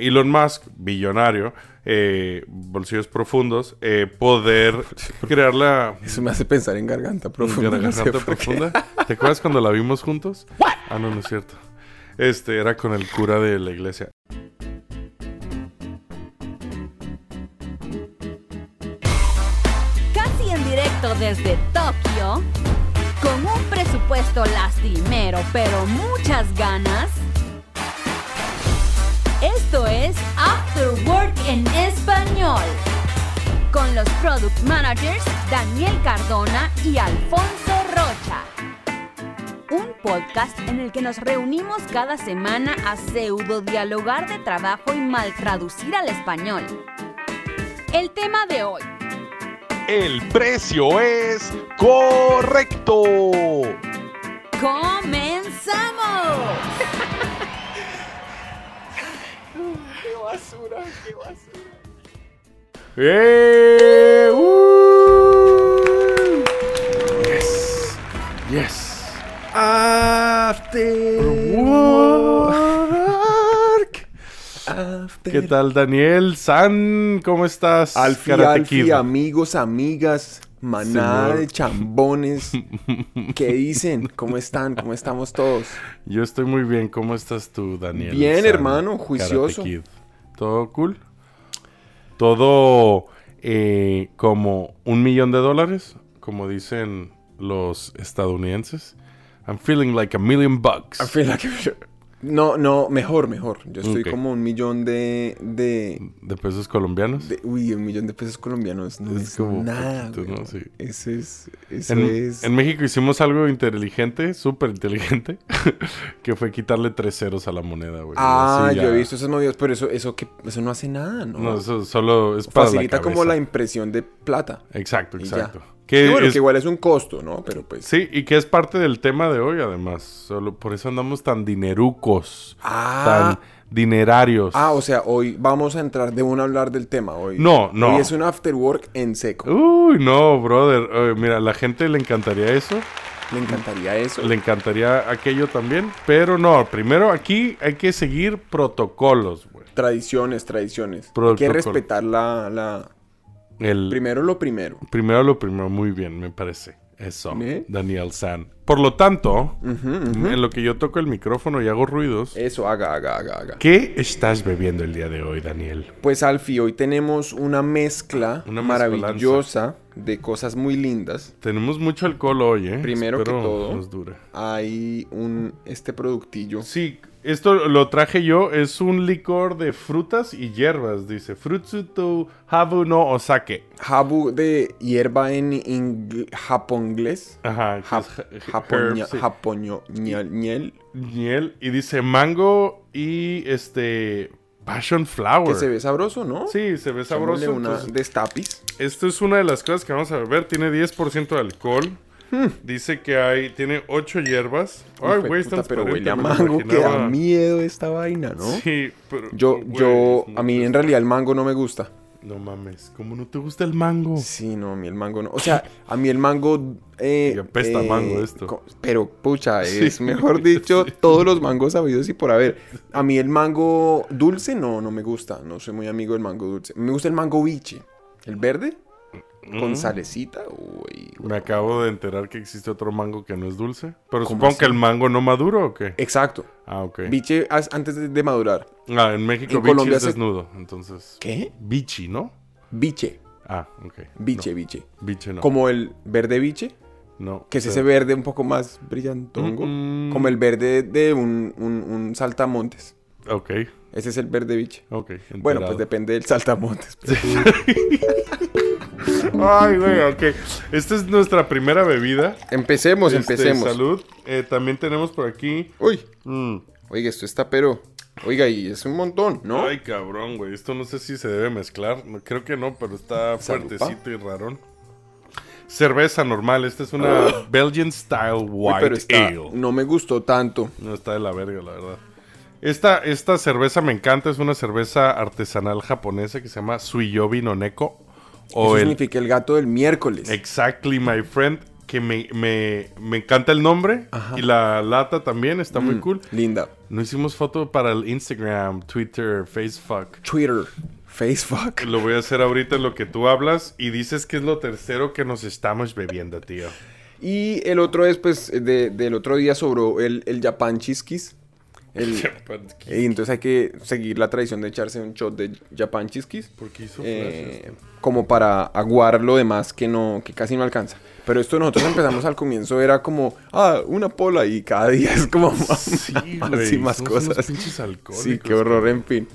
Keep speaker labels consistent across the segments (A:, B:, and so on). A: Elon Musk, billonario, eh, bolsillos profundos, eh, poder crear la
B: Eso me hace pensar en garganta profunda. no sé
A: garganta
B: por qué.
A: profunda. ¿Te acuerdas cuando la vimos juntos? Ah, no, no es cierto. Este era con el cura de la iglesia.
C: Casi en directo desde Tokio, con un presupuesto lastimero pero muchas ganas. Esto es After Work en español, con los product managers Daniel Cardona y Alfonso Rocha. Un podcast en el que nos reunimos cada semana a pseudo dialogar de trabajo y mal traducir al español. El tema de hoy,
D: El precio es correcto.
C: ¡Comenzamos!
A: ¡Eh! ¡Uh! Yes. Yes.
B: After
A: Work.
B: After-
A: ¿Qué tal, Daniel San? ¿Cómo estás?
B: Alfi,
A: Karate
B: Alfi,
A: Kid?
B: amigos, amigas, manada
A: Señor.
B: de chambones. ¿Qué dicen? ¿Cómo están? ¿Cómo estamos todos?
A: Yo estoy muy bien. ¿Cómo estás tú, Daniel?
B: Bien,
A: San?
B: hermano,
A: Karate
B: juicioso.
A: Kid. ¿Todo cool? ¿Todo eh, como un millón de dólares? Como dicen los estadounidenses. I'm feeling like a million bucks.
B: I feel like- No, no, mejor, mejor. Yo estoy
A: Ok.
B: como un millón de, de,
A: ¿De pesos colombianos?
B: de- Uy, un millón de pesos colombianos. No
A: Es
B: es,
A: como
B: nada,
A: poquito,
B: güey.
A: ¿no? Sí.
B: Eso es... Eso
A: En,
B: es...
A: en México hicimos algo inteligente, súper inteligente, que fue quitarle tres ceros a la moneda, güey.
B: Ah,
A: Así
B: yo
A: ya-
B: he visto esas movidas, pero eso, eso, que, eso no hace nada, ¿no?
A: No, eso solo es para
B: Facilita
A: la
B: como la
A: cabeza.
B: impresión de plata.
A: Exacto,
B: y
A: exacto.
B: ya.
A: Que
B: Sí, bueno,
A: es-
B: que igual es un costo, ¿no? Pero pues...
A: Sí, y que es parte del tema de hoy, además. Solo por eso andamos tan dinerucos,
B: Ah.
A: tan dinerarios.
B: Ah, o sea, hoy vamos a entrar de una a hablar del tema hoy.
A: No, no.
B: Hoy es un after work en seco.
A: Uy, no, brother. Eh, mira, a la gente le encantaría eso.
B: Me encantaría eso.
A: Le encantaría aquello también. Pero no, primero aquí hay que seguir protocolos, güey.
B: Tradiciones, tradiciones. Hay
A: Protocolo.
B: que respetar la, la...
A: El,
B: Primero lo primero.
A: Primero lo primero, muy bien, me parece. Eso,
B: ¿Eh?
A: Daniel San. Por lo tanto, en lo que yo toco el micrófono y hago ruidos,
B: Eso, haga, haga, haga, haga.
A: ¿qué estás bebiendo el día de hoy, Daniel?
B: Pues Alfie, hoy tenemos una mezcla
A: Ah, Una mezcolanza.
B: maravillosa de cosas muy lindas.
A: Tenemos mucho alcohol hoy, ¿eh?
B: Primero que
A: Espero
B: todo.
A: Nos dure.
B: Hay un este productillo.
A: Sí, esto lo traje yo. Es un licor de frutas y hierbas. Dice Frutsuto Habu no Osake.
B: Habu de hierba en ing- japonglés.
A: Ajá. que
B: Jap-
A: es ja-
B: japoña-
A: herbs, sí.
B: japoño- ñel- ñel.
A: Miel, Y dice mango y este. Passion flower.
B: Que se ve sabroso, ¿no?
A: Sí, se ve
B: Echémosle
A: sabroso.
B: una
A: entonces-
B: destapis.
A: Esto es una de las cosas que vamos a beber. Tiene 10% de alcohol. Dice que hay, tiene 8 hierbas. Ay,
B: Hmm. Hijo de
A: güey,
B: puta,
A: está
B: pero huele a
A: transparente, me lo
B: mango que da
A: imaginaba.
B: miedo esta vaina, ¿no?
A: Sí, pero.
B: Yo,
A: güey,
B: yo,
A: es
B: a mí
A: mucho.
B: en realidad el mango no me gusta.
A: No mames, ¿cómo no te gusta el mango?
B: Sí, no, a mí el mango no. O sea, a mí el mango. Eh,
A: Y apesta
B: eh,
A: mango esto.
B: co- Pero, pucha,
A: Sí.
B: es mejor dicho, todos los mangos sabidos y por haber. A mí el mango dulce no, no me gusta. No soy muy amigo del mango dulce. Me gusta el mango biche. ¿El verde? Con
A: Mm.
B: salecita. Uy, güey.
A: Me acabo de enterar que existe otro mango que no es dulce. Pero
B: ¿Cómo
A: supongo
B: así? Eh,
A: que el mango no maduro o qué.
B: Exacto.
A: Ah, ok.
B: Biche as- antes de, de madurar.
A: Ah, en México
B: en
A: bichi
B: Colombia
A: es
B: se-
A: desnudo, entonces.
B: ¿Qué?
A: Bichi, ¿no?
B: Biche.
A: Ah, ok.
B: Biche,
A: No,
B: biche.
A: biche no.
B: Como el verde biche.
A: No. eh,
B: Que es
A: o
B: ese
A: sea,
B: verde un poco más brillantongo.
A: Mm, mm.
B: Como el verde de un, un- un saltamontes.
A: Ok,
B: Ese es el verde biche.
A: ok.
B: Bueno,
A: enterado.
B: pues depende del saltamontes.
A: Ay, güey, ok. Esta es nuestra primera bebida.
B: Empecemos,
A: Este,
B: empecemos.
A: Salud. Eh, también tenemos por aquí.
B: Uy,
A: mm,
B: oiga, esto está pero... Oiga, y es un montón, ¿no?
A: Ay, cabrón, güey. Esto no sé si se debe mezclar. No, creo que no, pero está
B: Salud, pa.
A: fuertecito y rarón. Cerveza normal. Esta es una Belgian Style
B: Ah. Uy,
A: White
B: pero está-
A: Ale.
B: no me gustó tanto.
A: No está de la verga, la verdad. Esta, esta cerveza me encanta. Es una cerveza artesanal japonesa que se llama Suiyobi no Neko. O
B: Eso
A: el
B: significa el gato del miércoles.
A: Exactly, my friend. que me, me- me encanta el nombre
B: Ajá.
A: y la lata también, está muy
B: Mm,
A: cool.
B: Linda.
A: No hicimos foto para el Instagram, Twitter, Facebook.
B: Twitter. Facebook.
A: Lo voy a hacer ahorita en lo que tú hablas y dices que es lo tercero que nos estamos bebiendo, tío.
B: Y el otro es, pues, de- del otro día sobró el, el Japan Chiskis. El, y entonces hay que seguir la tradición de echarse un shot de Japan Chiskis.
A: ¿Por qué hizo
B: eh,
A: flashes?
B: como para aguar lo demás que no que casi no alcanza. Pero esto nosotros empezamos al comienzo era como, ah, una pola y cada día es como más,
A: Sí,
B: más
A: güey,
B: y más
A: somos unos
B: cosas.
A: pinches alcohólicos,
B: Sí, qué horror, en fin.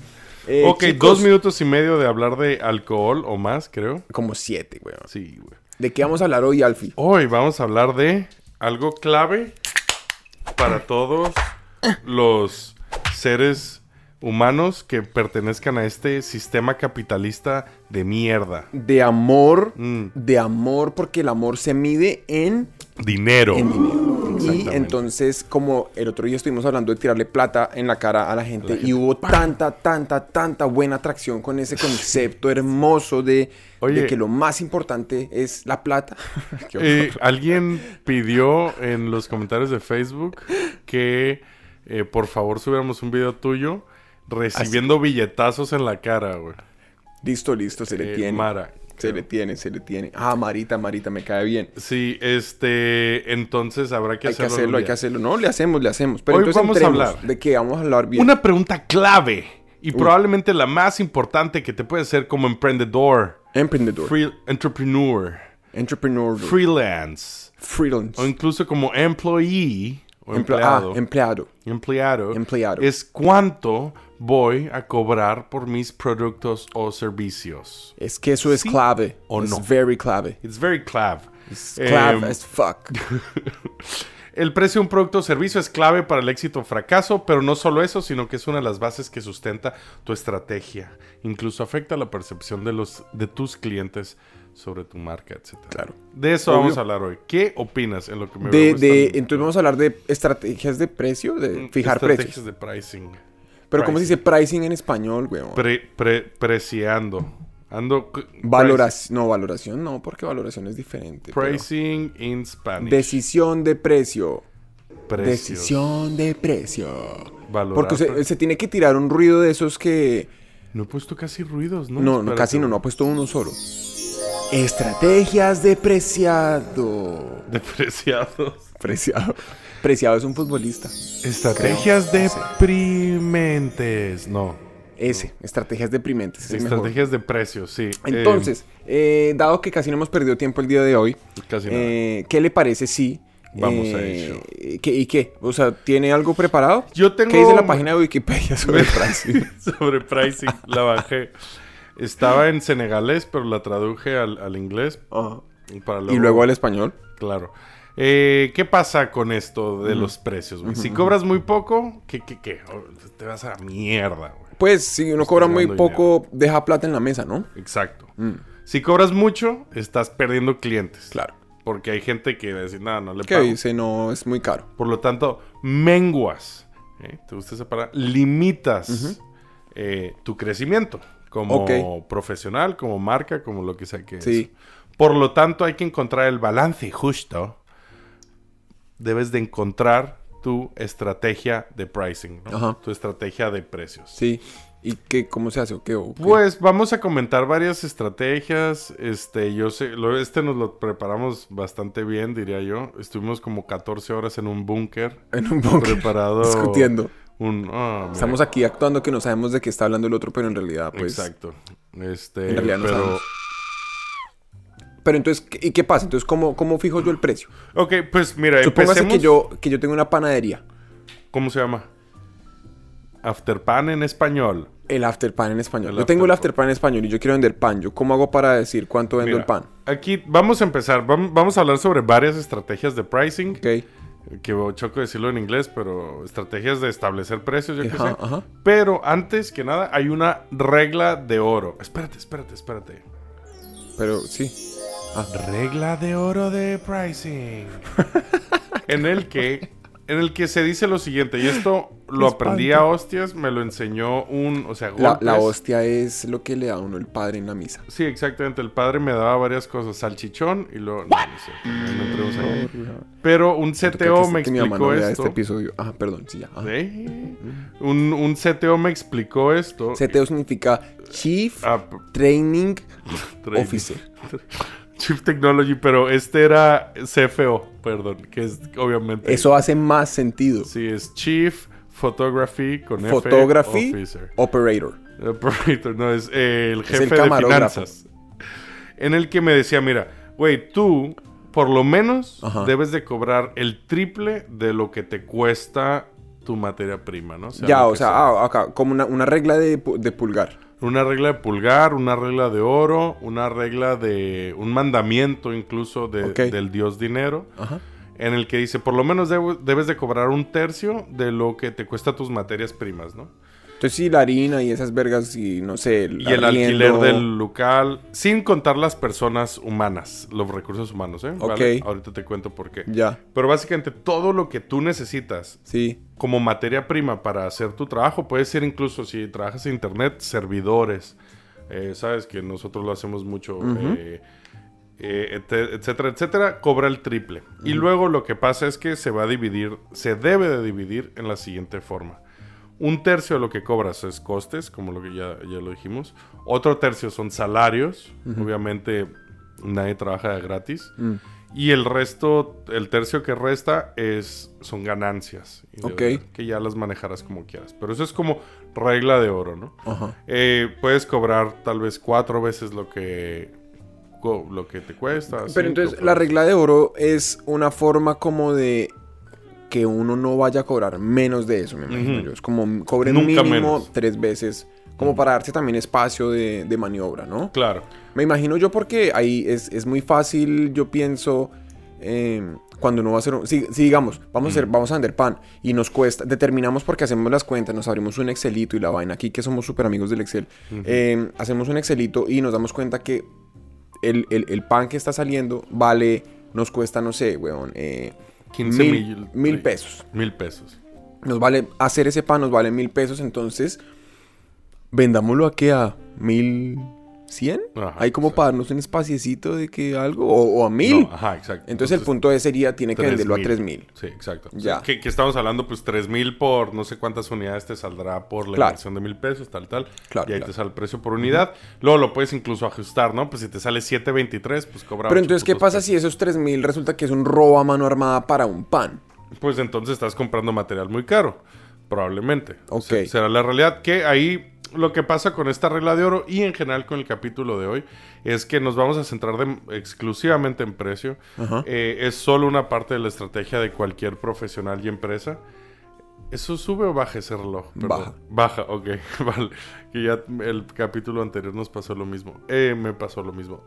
B: Eh,
A: ok,
B: chicos,
A: dos minutos y medio de hablar de alcohol o más, creo.
B: Como siete, weón.
A: Sí, güey.
B: ¿De qué vamos a hablar hoy, Alfie?
A: Hoy vamos a hablar de algo clave para todos los seres humanos que pertenezcan a este sistema capitalista de mierda.
B: De amor,
A: Mm.
B: de amor, porque el amor se mide en
A: Dinero.
B: en dinero. Y
A: Exactamente.
B: entonces, como el otro día estuvimos hablando de tirarle plata en la cara a la gente, y hubo tanta, tanta, tanta buena atracción con ese concepto hermoso de,
A: Oye.
B: de que lo más importante es la plata. Qué horror.
A: Eh, Alguien pidió en los comentarios de Facebook que eh, por favor subiéramos un video tuyo recibiendo billetazos en la cara, güey.
B: listo, listo, se le
A: eh,
B: tiene.
A: Mara,
B: Se le tiene, se le tiene. Ah, Marita, Marita, me cae bien.
A: Sí, este, entonces habrá que
B: Hay que
A: hacerlo.
B: hacerlo,
A: algún
B: hay que
A: día.
B: hacerlo. No, le hacemos, le hacemos. Pero
A: Hoy
B: entonces
A: vamos a
B: entremos.
A: hablar.
B: ¿De qué vamos a hablar bien?
A: Una pregunta clave y probablemente la más importante que te puede hacer como emprendedor,
B: Emprendedor.
A: free- entrepreneur,
B: entrepreneur.
A: freelance
B: freelance.
A: o incluso como employee o
B: Empla-
A: empleado,
B: ah, empleado.
A: empleado,
B: Empleado.
A: es cuánto voy a cobrar por mis productos o servicios.
B: Es que eso es
A: ¿Sí
B: clave.
A: o
B: es
A: no?
B: very clave.
A: It's very clave.
B: Es clave
A: Em,
B: as fuck.
A: El precio de un producto o servicio es clave para el éxito o fracaso, pero no solo eso, sino que es una de las bases que sustenta tu estrategia. Incluso afecta la percepción de, los, de tus clientes sobre tu marca, etc.
B: Claro.
A: De eso
B: Obvio.
A: vamos a hablar hoy. ¿Qué opinas en lo que me
B: De,
A: veo
B: de-
A: estando-
B: entonces vamos a hablar de estrategias de precio, de fijar
A: Mm, estrategias
B: precios.
A: de pricing.
B: Pero ¿cómo se dice pricing en español, weón?
A: Pre- pre- preciando. Ando...
B: Valoración. No, valoración no, porque valoración es diferente. pero-
A: Pricing in Spanish.
B: Decisión de precio.
A: Precios.
B: Decisión de precio.
A: Valorar
B: Porque se,
A: pre-
B: se tiene que tirar un ruido de esos que...
A: No he puesto casi ruidos, ¿no?
B: No, no
A: Espérate.
B: casi no, no ha puesto uno solo. Estrategias de preciado.
A: Depreciados.
B: Preciado. Preciado es un futbolista.
A: Estrategias
B: Creo,
A: deprimentes. No.
B: Ese, estrategias deprimentes. es el mejor.
A: Estrategias de precios, sí. Eh,
B: Entonces, eh, dado que casi no hemos perdido tiempo el día de hoy,
A: Casi nada.
B: eh, ¿qué le parece si...
A: Vamos a
B: eh, ¿qué- ¿Y qué? O sea, ¿tiene algo preparado?
A: Yo tengo-
B: ¿Qué dice la página de Wikipedia sobre el pricing?
A: sobre pricing, la bajé. Estaba en senegalés, pero la traduje al, al inglés.
B: Ajá.
A: para
B: Y luego al español.
A: Claro. Eh, ¿Qué pasa con esto de los precios, güey? Si cobras muy poco, ¿qué, qué, qué? Oh, te vas a la mierda, güey.
B: Pues, si uno cobra muy
A: ganando
B: poco, deja plata en la mesa, ¿no? Mm,
A: Exacto. Si cobras mucho, estás perdiendo clientes.
B: Claro.
A: Porque hay gente que va a decir, no, no le
B: Que
A: pago.
B: dice, no, es muy caro.
A: Por lo tanto, menguas. ¿eh? ¿Te gusta esa palabra? Limitas eh, tu crecimiento como
B: Ok.
A: profesional, como marca, como lo que sea que
B: Sí.
A: es. Por lo tanto, hay que encontrar el balance justo. Debes de encontrar tu estrategia de pricing, ¿no?
B: Ajá.
A: tu estrategia de precios.
B: Sí. ¿Y qué, cómo se hace? ¿O qué? ¿O qué?
A: Pues vamos a comentar varias estrategias. Este, yo sé, lo- este nos lo preparamos bastante bien, diría yo. Estuvimos como 14 horas en un búnker
B: en un búnker,
A: preparado.
B: Discutiendo.
A: Un, ah, mira,
B: Estamos aquí actuando que no sabemos de qué está hablando el otro, pero en realidad, pues...
A: Exacto. Este,
B: en realidad no
A: pero-
B: sabemos. Pero entonces, ¿qué- ¿y qué pasa? Entonces, ¿cómo, cómo fijo yo el precio?
A: Ok, pues mira,
B: Supóngase
A: empecemos.
B: que yo, que yo tengo una panadería.
A: ¿Cómo se llama? Afterpan en español.
B: El after pan en español.
A: El
B: yo tengo el
A: after
B: after pan en español y yo quiero vender pan. ¿Yo cómo hago para decir cuánto vendo
A: Mira,
B: el pan?
A: Aquí vamos a empezar. vam- Vamos a hablar sobre varias estrategias de pricing.
B: Ok.
A: Que choco decirlo en inglés, pero estrategias de establecer precios, yo qué
B: Ajá,
A: sé.
B: ajá.
A: Pero antes que nada, hay una regla de oro. Espérate, espérate, espérate.
B: Pero sí.
A: Regla de oro de pricing. en el que en el que se dice lo siguiente, y esto lo aprendí a hostias, me lo enseñó un, o sea,
B: La,
A: golpes.
B: la hostia es lo que le da a uno el padre en la misa.
A: Sí, exactamente. El padre me daba varias cosas. Salchichón y luego... No, no es cierto, no entremos ahí. Pero un CTO me
B: Que mi mamá no
A: explicó
B: vea
A: esto.
B: este episodio. Ah, perdón, sí, ya. Ah.
A: Sí. Un, un CTO me explicó esto.
B: CTO significa Chief
A: Ah, p-
B: Training
A: Training.
B: Officer.
A: Chief Technology, pero este era CFO, perdón, que es obviamente...
B: Eso hace más sentido.
A: Sí, es Chief Photography con F,
B: Photography
A: Officer.
B: Operator.
A: Operator, no, es eh, el
B: el
A: jefe de
B: camarógrafo.
A: finanzas. En el que me decía, mira, güey, tú por lo menos
B: Ajá.
A: debes de cobrar el triple de lo que te cuesta tu materia prima, ¿no?
B: ya,
A: lo
B: o
A: que
B: sea, ah, acá, como una, una regla de, pu- de pulgar.
A: Una regla de pulgar, una regla de oro, una regla de... un mandamiento incluso de-
B: Ok.
A: del dios dinero.
B: Ajá.
A: En el que dice, por lo menos debo- debes de cobrar un tercio de lo que te cuesta tus materias primas, ¿no?
B: Entonces sí, la harina y esas vergas y no sé,
A: Y el
B: arriendo.
A: alquiler del local, sin contar las personas humanas, los recursos humanos, ¿eh? ¿Vale?
B: Ok.
A: Ahorita te cuento por qué.
B: Ya,
A: Pero básicamente todo lo que tú necesitas
B: sí.
A: como materia prima para hacer tu trabajo, puede ser incluso si trabajas en internet, servidores, eh, sabes que nosotros lo hacemos mucho, eh, eh, ete- etcétera, etcétera, cobra el triple. Y luego lo que pasa es que se va a dividir, se debe de dividir en la siguiente forma. Un tercio de lo que cobras es costes, como lo que ya, ya lo dijimos. Otro tercio son salarios. Obviamente nadie trabaja de gratis. Y el resto, el tercio que resta es, son ganancias. y de
B: Ok.
A: verdad, Que ya las manejarás como quieras. Pero eso es como regla de oro, ¿no?
B: Ajá.
A: Eh, puedes cobrar tal vez cuatro veces lo que, co- lo que te cuesta.
B: Pero
A: cinco,
B: entonces
A: pero-
B: la regla de oro es una forma como de que uno no vaya a cobrar menos de eso, me imagino
A: Ujú.
B: yo. Es como cobren
A: Nunca
B: mínimo
A: menos.
B: tres veces, como para darse también espacio de, de maniobra, ¿no?
A: Claro.
B: Me imagino yo porque ahí es, es muy fácil, yo pienso, eh, cuando uno va a hacer, un- si, si digamos, vamos a, hacer, vamos a vender pan y nos cuesta, determinamos porque hacemos las cuentas, nos abrimos un Excelito y la vaina aquí que somos súper amigos del Excel, eh, hacemos un Excelito y nos damos cuenta que el, el- el pan que está saliendo vale, nos cuesta, no sé, weón, eh,
A: 15
B: mil-
A: mil,
B: mil pesos.
A: Mil pesos.
B: Nos vale, hacer ese pan nos vale mil pesos, entonces, vendámoslo a qué, a mil cien.
A: Ajá,
B: Hay como
A: exacto.
B: para darnos un espaciecito de que algo, o, o a mil.
A: No, ajá, exacto.
B: entonces, el punto de sería, tiene que venderlo a tres
A: 3,000.
B: mil.
A: Sí, exacto.
B: Ya.
A: Que, que estamos hablando, pues 3000 por no sé cuántas unidades te saldrá por la
B: Claro.
A: inversión de mil pesos, tal, tal.
B: Claro,
A: y ahí
B: claro.
A: te sale el precio por unidad. Luego lo puedes incluso ajustar, ¿no? Pues si te sale 723, pues cobra.
B: Pero
A: ocho
B: entonces, ¿qué
A: putos
B: pasa si esos tres mil resulta que es un robo a mano armada para un pan?
A: pesos. Pues entonces estás comprando material muy caro. Probablemente.
B: Ok.
A: Se- Será la realidad que ahí. Lo que pasa con esta regla de oro y en general con el capítulo de hoy es que nos vamos a centrar de- exclusivamente en precio.
B: Ajá.
A: Eh, es solo una parte de la estrategia de cualquier profesional y empresa. ¿Eso sube o baja ese reloj?
B: Baja.
A: Baja, ok, vale. Que ya el capítulo anterior nos pasó lo mismo. Eh, me pasó lo mismo.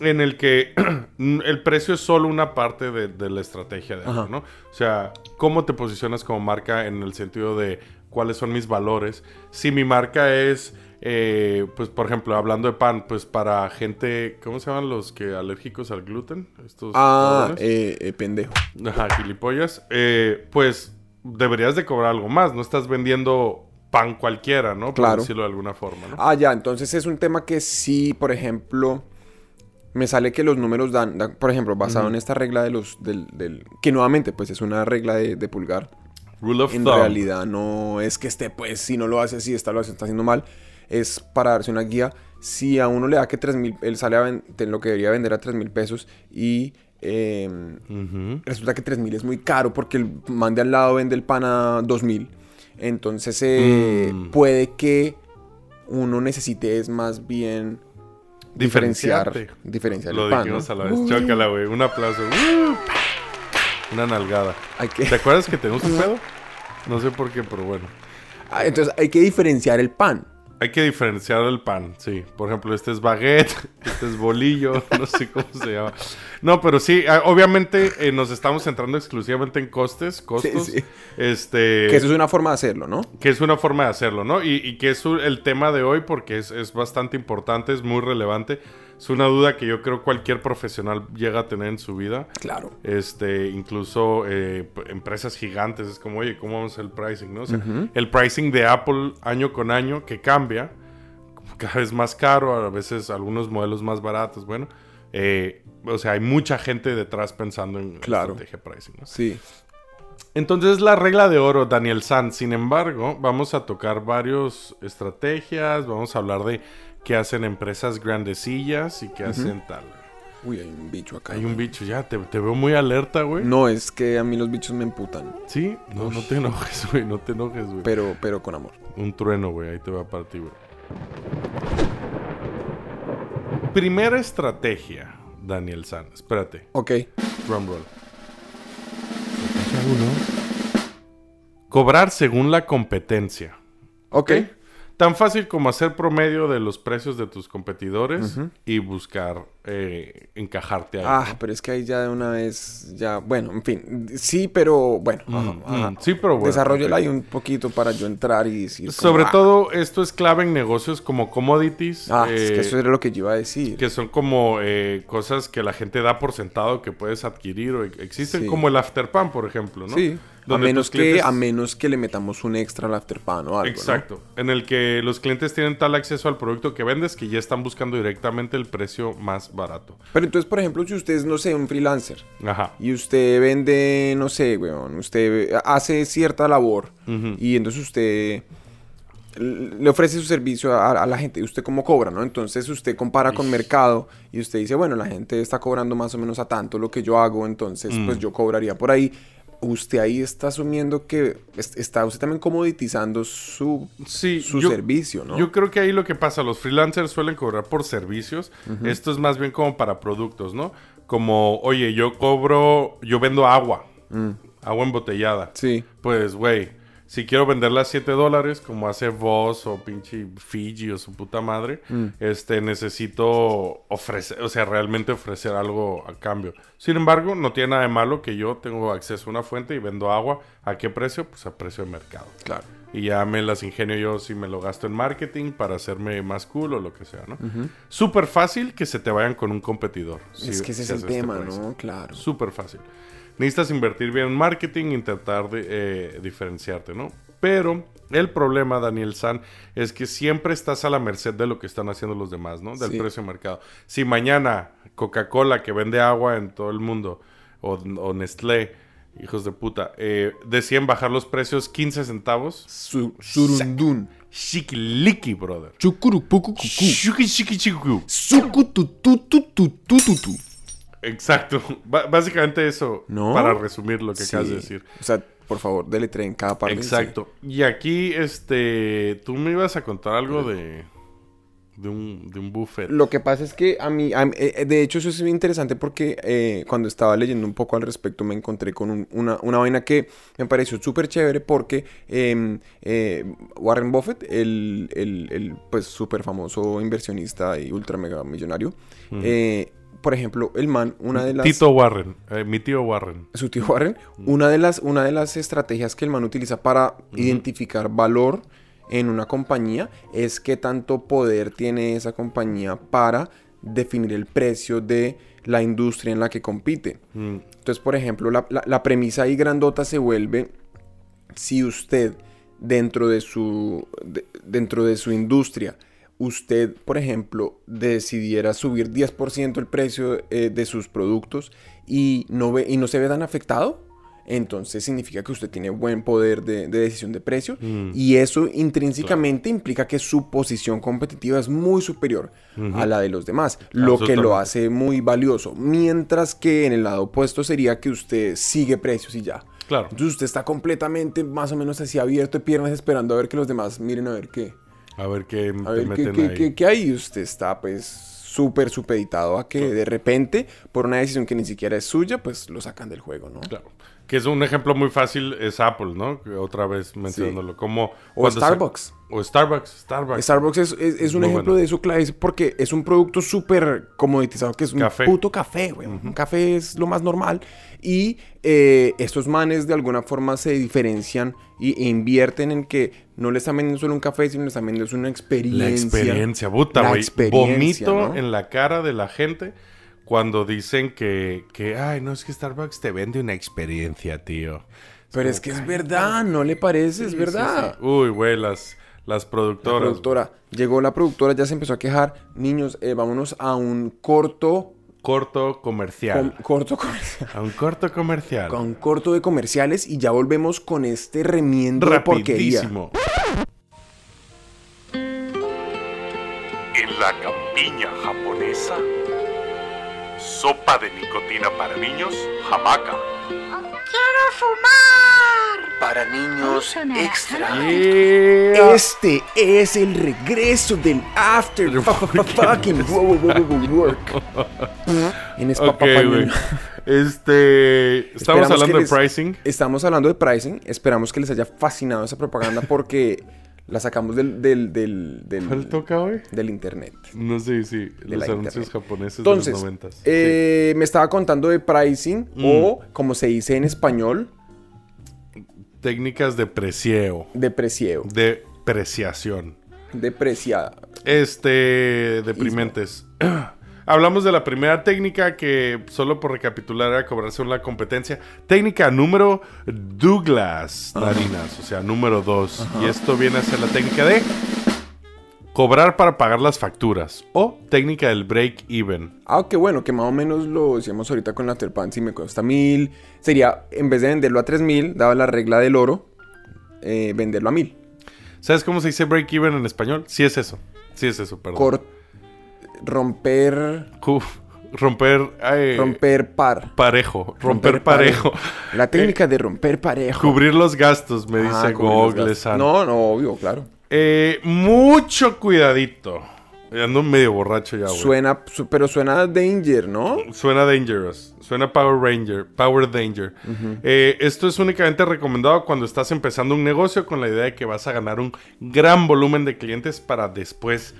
A: En el que el precio es solo una parte de, de la estrategia de algo,
B: Ajá.
A: ¿no? O sea, cómo te posicionas como marca en el sentido de cuáles son mis valores. Si mi marca es, eh, pues, por ejemplo, hablando de pan, pues para gente, ¿cómo se llaman los que alérgicos al gluten? Estos
B: Ah,
A: cabrones.
B: eh, eh, pendejo.
A: Ajá, gilipollas. Eh, pues deberías de cobrar algo más. No estás vendiendo pan cualquiera, ¿no? Por
B: Claro.
A: decirlo de alguna forma, ¿no?
B: Ah, ya, entonces es un tema que sí, por ejemplo, me sale que los números dan, dan- por ejemplo, basado en esta regla de los, del, del- que nuevamente, pues es una regla de, de pulgar.
A: Rule of
B: En
A: thumb.
B: realidad no es que esté, pues, si no lo hace así, está, lo hace, está haciendo mal. Es para darse una guía. Si a uno le da que 3 mil, él sale a ven- te- lo que debería vender a 3 mil pesos y eh,
A: Ujú.
B: resulta que 3 mil es muy caro porque el man de al lado vende el pan a 2 mil. Entonces eh,
A: Mm.
B: puede que uno necesite es más bien diferenciar,
A: Diferenciarte.
B: diferenciar
A: Lo
B: el pan.
A: dijimos
B: ¿no?
A: a la vez. Chócala, güey. Un aplauso. ¡Uh! Una nalgada.
B: Hay que-
A: ¿Te acuerdas que tenemos un pedo? No sé por qué, pero bueno.
B: Ah, entonces hay que diferenciar el pan.
A: Hay que diferenciar el pan, sí. Por ejemplo, este es baguette, este es bolillo, no sé cómo se llama. No, pero sí, ah, obviamente eh, nos estamos centrando exclusivamente en costes, costos.
B: sí.
A: Este,
B: Que eso es una forma de hacerlo, ¿no?
A: que es una forma de hacerlo, ¿no? Y, y que es un- el tema de hoy porque es, es bastante importante, es muy relevante. Es una duda que yo creo cualquier profesional llega a tener en su vida.
B: Claro.
A: Este, incluso eh, p- empresas gigantes, es como, oye, ¿cómo vamos a hacer el pricing? ¿no? O sea, El pricing de Apple año con año que cambia, cada vez más caro, a veces algunos modelos más baratos, bueno. eh, o sea, hay mucha gente detrás pensando en
B: Claro.
A: estrategia de pricing. ¿no?
B: Sí.
A: Entonces, la regla de oro, Daniel San. Sin embargo, vamos a tocar varias estrategias. Vamos a hablar de qué hacen empresas grandecillas y qué hacen tal.
B: Uy, hay un bicho acá.
A: Hay un bicho, ya, te, te veo muy alerta, güey.
B: No, es que a mí los bichos me emputan.
A: Sí, no, no te enojes, güey, no te enojes, güey.
B: Pero, pero con amor.
A: Un trueno, güey, ahí te va para ti, güey. Primera estrategia, Daniel San. Espérate,
B: Ok.
A: drum roll. Cobrar según la competencia.
B: Ok.
A: Tan fácil como hacer promedio de los precios de tus competidores y buscar eh, encajarte ahí.
B: Ah, pero es que ahí ya de una vez, ya, bueno, en fin, sí, pero bueno, ajá, ajá.
A: Mm, sí, pero bueno.
B: Desarrollela
A: ok.
B: ahí un poquito para yo entrar y decir. como,
A: Sobre
B: ah,
A: todo, esto es clave en negocios como commodities.
B: Ah, es
A: eh,
B: que eso era lo que yo iba a decir.
A: que son como eh, cosas que la gente da por sentado que puedes adquirir o e- existen
B: Sí.
A: como el afterpan, por ejemplo, ¿no?
B: Sí. A
A: Donde
B: menos,
A: tus clientes-
B: que, a menos que le metamos un extra al afterpan o algo. ¿no?
A: Exacto. En el que los clientes tienen tal acceso al producto que vendes que ya están buscando directamente el precio más barato.
B: Pero entonces, por ejemplo, si usted es, no sé, un freelancer
A: Ajá.
B: y usted vende, no sé, weón, usted hace cierta labor y entonces usted l- le ofrece su servicio a, a la gente y usted cómo cobra, ¿no? Entonces usted compara con mercado y usted dice, bueno, la gente está cobrando más o menos a tanto lo que yo hago, entonces
A: Mm.
B: pues yo cobraría por ahí. Usted ahí está asumiendo que es- está usted también comoditizando su,
A: Sí,
B: su
A: yo-
B: servicio, ¿no?
A: Yo creo que ahí lo que pasa, los freelancers suelen cobrar por servicios. Esto es más bien como para productos, ¿no? Como, oye, yo cobro, yo vendo agua, agua embotellada.
B: Sí.
A: Pues, güey, si quiero venderla a 7 dólares, como hace Voz o pinche Fiji o su puta madre, este, necesito ofrecer, o sea, realmente ofrecer algo a cambio. Sin embargo, no tiene nada de malo que yo tengo acceso a una fuente y vendo agua. ¿A qué precio? Pues a precio de mercado.
B: Claro.
A: Y ya me las ingenio yo si me lo gasto en marketing para hacerme más cool o lo que sea, ¿no? Súper fácil que se te vayan con un competidor. si-
B: es que ese
A: si
B: es
A: haces
B: el
A: este
B: tema,
A: precio.
B: ¿no? Claro.
A: Súper fácil. Necesitas invertir bien en marketing, intentar de- eh, diferenciarte, ¿no? Pero el problema, Daniel San, es que siempre estás a la merced de lo que están haciendo los demás, ¿no? Del
B: Sí.
A: precio de mercado. Si mañana Coca-Cola, que vende agua en todo el mundo, o, o Nestlé, hijos de puta, eh, deciden bajar los precios 15 centavos,
B: Su- surundún.
A: Shikiliki, brother.
B: Chucurupucucucú.
A: Shiki, shiki, chiku.
B: Sucututututututu.
A: Exacto. Ba- básicamente eso.
B: ¿No?
A: Para resumir lo que acabas de
B: Sí.
A: decir.
B: O sea, por favor, deletreen cada parte.
A: Exacto. Y aquí, este. Tú me ibas a contar algo de. De un, de un buffet.
B: Lo que pasa es que a mí, a mí- eh, eh, de hecho, eso es muy interesante porque eh, cuando estaba leyendo un poco al respecto me encontré con un- una, una vaina que me pareció súper chévere porque eh, eh, Warren Buffett, el, el- el, pues súper famoso inversionista y ultra mega millonario, eh, por ejemplo, el man, una de las...
A: Tito Warren. eh, mi tío Warren.
B: su tío Warren, una de las, una de las estrategias que el man utiliza para identificar valor en una compañía es qué tanto poder tiene esa compañía para definir el precio de la industria en la que compite.
A: Mm,
B: Entonces, por ejemplo, la, la- la premisa ahí grandota se vuelve si usted dentro de su de- dentro de su industria usted, por ejemplo, decidiera subir 10% el precio eh, de sus productos y no ve y no se ve tan afectado, entonces significa que usted tiene buen poder de, de decisión de precio y eso intrínsecamente implica que su posición competitiva es muy superior a la de los demás, lo que
A: Absolutamente.
B: lo hace muy valioso, mientras que en el lado opuesto sería que usted sigue precios y ya.
A: Claro.
B: Entonces usted está completamente más o menos así abierto de piernas esperando a ver que los demás miren a ver qué.
A: A ver qué te
B: A ver qué,
A: meten
B: qué-
A: ahí.
B: qué- qué hay. Usted está pues súper supeditado a que de repente por una decisión que ni siquiera es suya pues lo sacan del juego, ¿no?
A: Claro. Que es un ejemplo muy fácil, es Apple, ¿no? Que Otra vez mencionándolo. Como
B: O
A: cuando se-
B: Starbucks.
A: o Starbucks, Starbucks.
B: Starbucks es, es- es un
A: Muy
B: ejemplo
A: bueno.
B: de eso, Clave, porque es un producto súper comoditizado, que es un
A: Café.
B: puto café, güey. Un café es lo más normal. Y eh, estos manes de alguna forma se diferencian y- e invierten en que no les están vendiendo solo un café, sino les están vendiendo es una experiencia.
A: La experiencia, puta,
B: La
A: güey.
B: experiencia,
A: Vomito
B: ¿no?
A: en la cara de la gente cuando dicen que, que, ay, no, es que Starbucks te vende una experiencia, tío.
B: Pero es que es verdad, ¿no le parece? es verdad.
A: Uy, güey, las, las
B: Ah. La
A: productoras.
B: productora. Llegó la productora, ya se empezó a quejar. Niños, eh, vámonos a un corto...
A: Corto
B: com-
A: comercial.
B: corto comercial.
A: A un corto comercial.
B: Con corto de comerciales y ya volvemos con este remiendo de porquería.
A: Rapidísimo.
E: En la campiña japonesa, sopa de nicotina para niños, hamaca.
F: Para niños extra.
A: Yeah.
B: Este es el regreso del after fu- fu- fucking wo- wo- wo- wo- wo- work. En es- pa-
A: Ok,
B: pa- pa-
A: güey. Este. Estamos
B: Esperamos
A: hablando
B: que
A: de
B: les-
A: pricing.
B: Estamos hablando de pricing. Esperamos que les haya fascinado esa propaganda porque la sacamos del, del, del, del-
A: ¿Cuál toca hoy?
B: del internet.
A: No sé, sí.
B: de
A: Los
B: la
A: anuncios
B: internet.
A: japoneses
B: Entonces,
A: de los noventas. Mm.
B: eh, me estaba contando de pricing o, como se dice en español,
A: Sí. Técnicas de precieo.
B: depreciado.
A: De preciación.
B: Depreciada.
A: Este. Deprimentes. Hablamos de la primera técnica que, solo por recapitular, era cobrarse una competencia. Técnica número Douglas Narinas, o sea, número 2. Y esto viene a ser la técnica de cobrar para pagar las facturas o técnica del break-even.
B: Ah, qué bueno, que más o menos lo decíamos ahorita con la Terpan, si me cuesta mil. Sería, en vez de venderlo a tres mil, daba la regla del oro, eh, venderlo a mil.
A: ¿Sabes cómo se dice break-even en español? Sí es eso. Sí es eso, perdón.
B: Cor- romper,
A: Cu- romper, eh,
B: romper par.
A: parejo. Romper, parejo.
B: La técnica de romper parejo.
A: Cubrir los gastos, me
B: Ah,
A: dice
B: cubrir los
A: Google.
B: gastos.
A: San.
B: No, no, obvio, claro.
A: Eh, mucho cuidadito. Eh, Ando medio borracho ya, güey. Suena,
B: Suena, su- pero suena danger, ¿no?
A: dangerous. Suena Power Ranger. Power Danger. Eh, esto es únicamente recomendado cuando estás empezando un negocio con la idea de que vas a ganar un gran volumen de clientes para después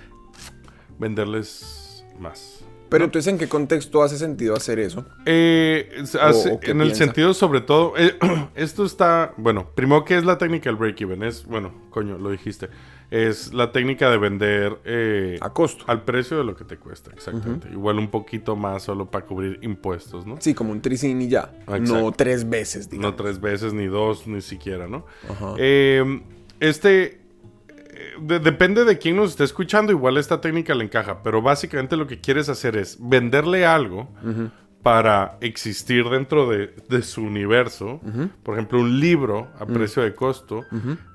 A: venderles más.
B: Pero entonces, ¿en qué contexto hace sentido hacer eso?
A: Eh, es- hace-
B: o qué
A: en el
B: piensa?
A: sentido, sobre todo, eh, esto está. Bueno, primero, ¿qué es la técnica del break-even? Es, bueno, coño, lo dijiste. Es la técnica de vender. eh,
B: A costo.
A: Al precio de lo que te cuesta, exactamente. Igual un poquito más solo para cubrir impuestos, ¿no?
B: Sí, como un tricín y ya.
A: Exacto.
B: No tres veces, digamos.
A: No tres veces, ni dos, ni siquiera, ¿no?
B: Ajá.
A: Eh, este. eh, de- depende de quién nos esté escuchando, igual esta técnica le encaja, pero básicamente lo que quieres hacer es venderle algo para existir dentro de, de su universo. Por ejemplo, un libro a precio de costo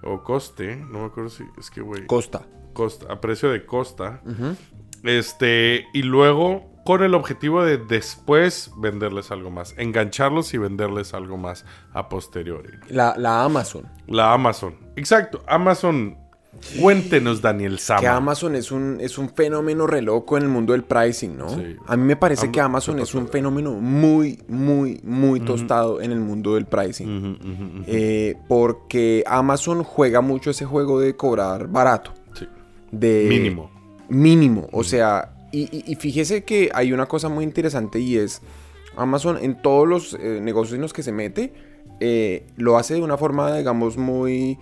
A: o coste, no me acuerdo si es que, güey.
B: Costa.
A: costa- a precio de costa. Este, y luego con el objetivo de después venderles algo más, engancharlos y venderles algo más a posteriori.
B: La, la Amazon.
A: La Amazon. Exacto, Amazon. Cuéntenos, Daniel Sama.
B: Que Amazon es un, es un fenómeno re loco en el mundo del pricing, ¿no?
A: Sí.
B: A mí me parece
A: Am-
B: que Amazon es un fenómeno muy, muy, muy tostado en el mundo del pricing.
A: Ujú, ujú, ujú.
B: Eh, porque Amazon juega mucho ese juego de cobrar barato.
A: Sí.
B: De
A: Mínimo.
B: Mínimo. O sea, y, y- y fíjese que hay una cosa muy interesante y es Amazon en todos los eh, negocios en los que se mete, eh, lo hace de una forma, digamos, muy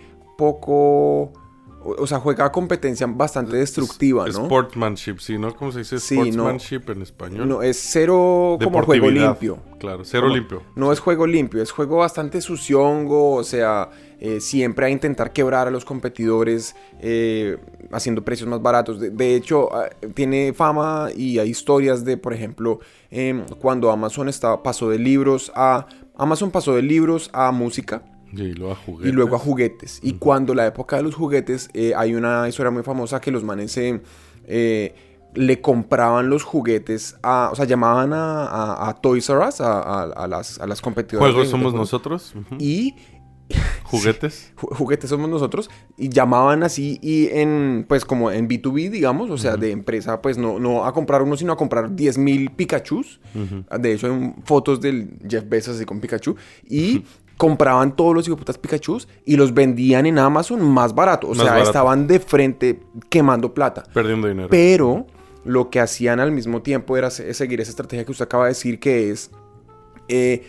B: poco... O, o sea, juega a competencia bastante destructiva, ¿no?
A: Sportsmanship, sí, ¿no? ¿Cómo se dice
B: Sí, no.
A: sportsmanship en español?
B: No, es cero como juego
A: Deportividad,
B: limpio.
A: Claro, cero
B: Como-
A: limpio.
B: No es juego limpio, es juego bastante suciongo, o sea, eh, siempre a intentar quebrar a los competidores eh, haciendo precios más baratos. De, de hecho, ah, tiene fama y hay historias de, por ejemplo, em, cuando Amazon estaba, pasó de libros a... Amazon pasó de libros a música
A: Y luego a juguetes.
B: y luego a juguetes. Y cuando la época de los juguetes, eh, hay una historia muy famosa que los manes eh, eh, le compraban los juguetes a. O sea, llamaban a, a- a Toys R Us, a, a- a las, a las competidoras.
A: Juegos
B: de-
A: somos
B: de-
A: nosotros. Ujú.
B: Y
A: ¿Juguetes?
B: ju- juguetes somos nosotros y llamaban así y en pues como en B2B digamos o sea de empresa pues no, no a comprar uno sino a comprar 10.000 mil Pikachus de hecho hay un- fotos del Jeff Bezos así con Pikachu y compraban todos los hijoputas Pikachus y los vendían en Amazon más barato o
A: Más
B: sea
A: barato.
B: estaban de frente quemando plata
A: Perdiendo dinero.
B: pero lo que hacían al mismo tiempo era se- seguir esa estrategia que usted acaba de decir, que es eh,